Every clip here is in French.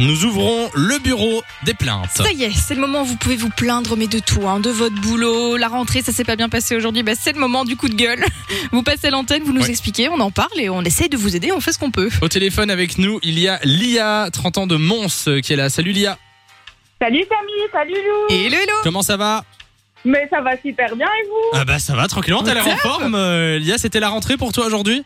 nous ouvrons le bureau des plaintes. Ça y est, c'est le moment où vous pouvez vous plaindre, mais de tout, hein, de votre boulot, la rentrée, ça s'est pas bien passé aujourd'hui, bah, c'est le moment du coup de gueule. Vous passez à l'antenne, vous nous Ouais. expliquez, on en parle et on essaye de vous aider, on fait ce qu'on peut. Au téléphone avec nous, il y a Lia, 30 ans de Mons, euh, qui est là. Salut Lia, Salut Camille, salut Lou Et hello, hello comment ça va Mais ça va super bien et vous Ah bah ça va, tranquillement, t'as l'air en forme. euh, Lia, c'était la rentrée pour toi aujourd'hui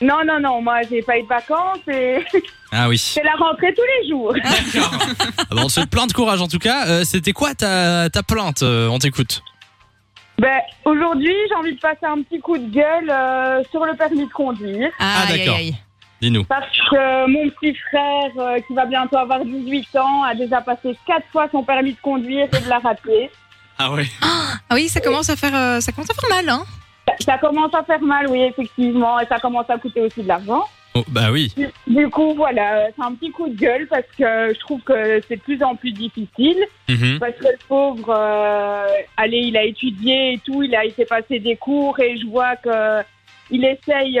Non, non, non, moi j'ai pas eu de vacances et Ah oui. c'est la rentrée tous les jours. D'accord. Ah bon, on te souhaite plein de courage en tout cas. Euh, c'était quoi ta, ta plainte Euh, On t'écoute. Ben, aujourd'hui j'ai envie de passer un petit coup de gueule euh, sur le permis de conduire Ah, d'accord. Dis-nous. parce que mon petit frère euh, qui va bientôt avoir 18 ans a déjà passé quatre fois son permis de conduire et de l'a raté. Ah ouais. Ah oui, ça commence à faire, euh, ça commence à faire mal, hein Ça- Ça commence à faire mal, oui, effectivement, et ça commence à coûter aussi de l'argent. bah oui. Du- Du coup, voilà, c'est un petit coup de gueule parce que je trouve que c'est de plus en plus difficile. Mhm. Parce que le pauvre, euh, allez, il a étudié et tout, il a été passé des cours et je vois que il essaye, euh,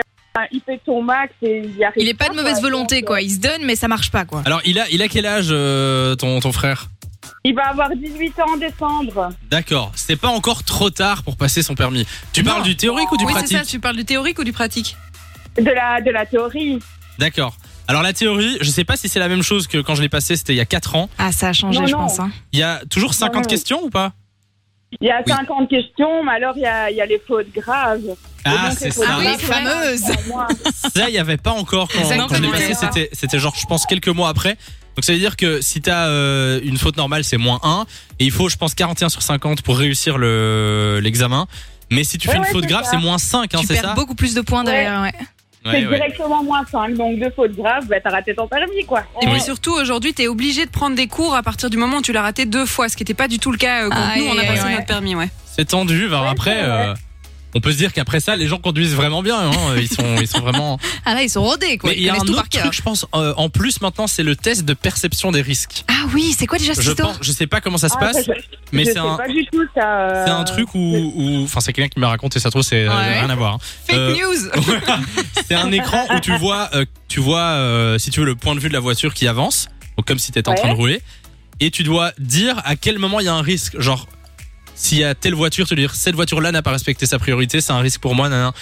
il fait son max et il y arrive. Il est pas de mauvaise quoi. volonté, Donc, quoi. Il se donne, mais ça marche pas, quoi. Alors il a, il a quel âge euh, ton, ton frère euh, Il va avoir 18 ans en décembre. D'accord, c'est pas encore trop tard pour passer son permis. Tu parles Non. du théorique ou du oui, c'est pratique ça, tu parles du théorique ou du pratique De la, de la théorie. D'accord. Alors la théorie, je sais pas si c'est la même chose que quand je l'ai passé, c'était il y a 4 ans. Ah, ça a changé, Non, je non. pense. Hein. Il y a toujours 50 non. questions ou pas Il y a 50 questions, mais alors il y a, il y a les fautes graves. Ah, donc, c'est il faut ça. Ah oui, Ouais. fameuse Enfin, moi, Ça, il y avait pas encore quand, Exactement. quand je l'ai passé, Ouais. c'était c'était genre je pense quelques mois après. Donc ça veut dire que si t'as euh, une faute normale, c'est moins 1 et il faut je pense 41 sur 50 pour réussir le l'examen. Mais si tu fais Ouais, une ouais, faute c'est grave, ça. c'est moins 5, hein, Tu c'est perds ça beaucoup plus de points derrière, ouais. Ouais, c'est ouais. directement moins 5, donc de fautes graves, ben, t'as raté ton permis, quoi. Et Oui. puis surtout, aujourd'hui, t'es obligé de prendre des cours à partir du moment où tu l'as raté deux fois, ce qui n'était pas du tout le cas euh, quand Aïe, nous, on a aïe, passé aïe. notre permis, ouais. C'est tendu. Ben, après, c'est vrai. euh, on peut se dire qu'après ça, les gens conduisent vraiment bien. hein. Ils sont, ils sont vraiment. Ah là, ils sont rodés, quoi. Mais il Ils y a un connaissent tout autre par cœur. truc, je pense. euh, en plus, maintenant, c'est le test de perception des risques. Ah oui, c'est quoi déjà cette Je histoire pense, je sais pas comment ça se Ah, passe, je- mais je c'est sais un, pas du tout ça. euh, c'est un truc où, où- enfin, c'est quelqu'un qui m'a raconté ça trop, c'est euh, Ouais. rien à voir. hein. Fake Euh, news C'est un écran où tu vois, euh, tu vois, euh, si tu veux, le point de vue de la voiture qui avance, donc comme si t'étais en train de rouler, et tu dois dire à quel moment il y a un risque. Genre, s'il y a telle voiture, tu dois dire cette voiture-là n'a pas respecté sa priorité, c'est un risque pour moi, nanana.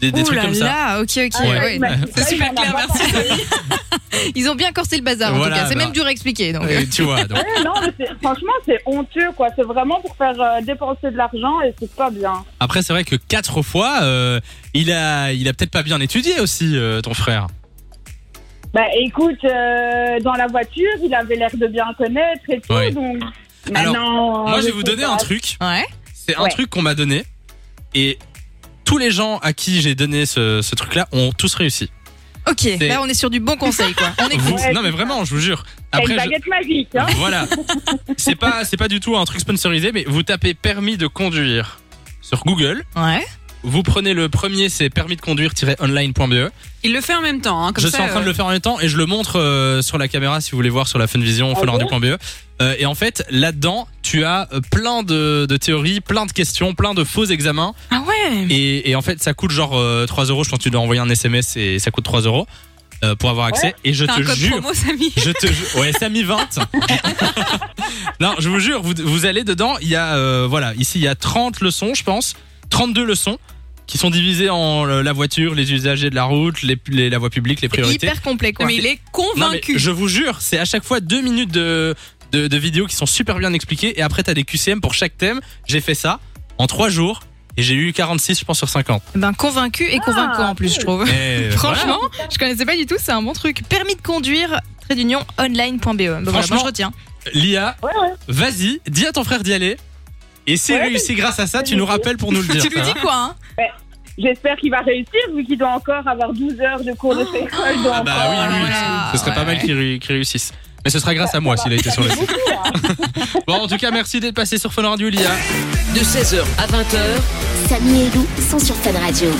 Des, des Ouh trucs là comme ça. là, ok, ok. ah, Ouais. ouais. bah, C'est ça, il super en a clair, pas merci. parlé. Ils ont bien corsé le bazar, en Voilà, tout cas. C'est bah. même dur à expliquer, donc. Et tu vois, donc, Ouais, non, mais c'est- franchement, c'est honteux, quoi. C'est vraiment pour faire euh, dépenser de l'argent et c'est pas bien. Après, c'est vrai que quatre fois, euh, il a, il a peut-être pas bien étudié aussi, euh, ton frère. Bah, écoute, euh, dans la voiture, il avait l'air de bien connaître et tout, Ouais. donc. Alors, Maintenant, Moi, je vais euh, vous sais donner pas. un truc. Ouais. C'est un Ouais. truc qu'on m'a donné. Et tous les gens à qui j'ai donné ce, ce truc-là ont tous réussi. Ok, là, on est sur du bon conseil, quoi. On écoute. Vous- Ouais, non, mais c'est vraiment, je vous jure. T'as une Après, je- baguette magique, hein. voilà. C'est pas, c'est pas du tout un truc sponsorisé, mais vous tapez permis de conduire sur Google. Ouais. Vous prenez le premier, c'est permis de conduire-online.be. Il le fait en même temps, hein, comme Je ça. suis en train de euh, le faire en même temps et je le montre euh, sur la caméra si vous voulez voir sur la funvision Ah funradio.be. Euh, et en fait, là-dedans, tu as euh, plein de, de théories, plein de questions, plein de faux examens. Ah ouais Et, et en fait, ça coûte genre euh, 3 euros. Je pense que tu dois envoyer un SMS et ça coûte 3 euros euh, pour avoir accès. Et je Oh, T'as un te code jure. promo, Samy Je te ju- ouais, Samy 20. non, je vous jure, vous, vous allez dedans, il y a euh, voilà, ici il y a 30 leçons, je pense, 32 leçons qui sont divisées en euh, la voiture, les usagers de la route, les, les- la voie publique, les C'est priorités. hyper complet, quoi. Mais il est Non, mais convaincu. je vous jure, c'est à chaque fois deux minutes de, de, de vidéos qui sont super bien expliquées et après t'as des QCM pour chaque thème. J'ai fait ça en 3 jours et j'ai eu 46 je pense sur 50. Ben, convaincu et convaincant en plus, je trouve. Et, voilà. Franchement, je connaissais pas du tout, c'est un bon truc. Permis de conduire, trait d'union, online.be. Ben voilà, Franchement, moi je retiens. Lia, Ouais, ouais. vas-y, dis à ton frère d'y aller. Et s'il Ouais, réussit grâce à ça, tu nous rappelles pour nous le dire. Tu lui ça va dis quoi, hein J'espère qu'il va réussir, vu qu'il doit encore avoir 12 heures de cours de école. donc, Ah bah oui, euh, oui, voilà. ce serait pas Ouais, mal ouais. qu'il ré- qu'il réussisse. Mais ce sera grâce à moi s'il a été sur le site. Bon, en tout cas, merci d'être passé sur Fun Radio, Lia. Samy et Lou sont sur Fan Radio.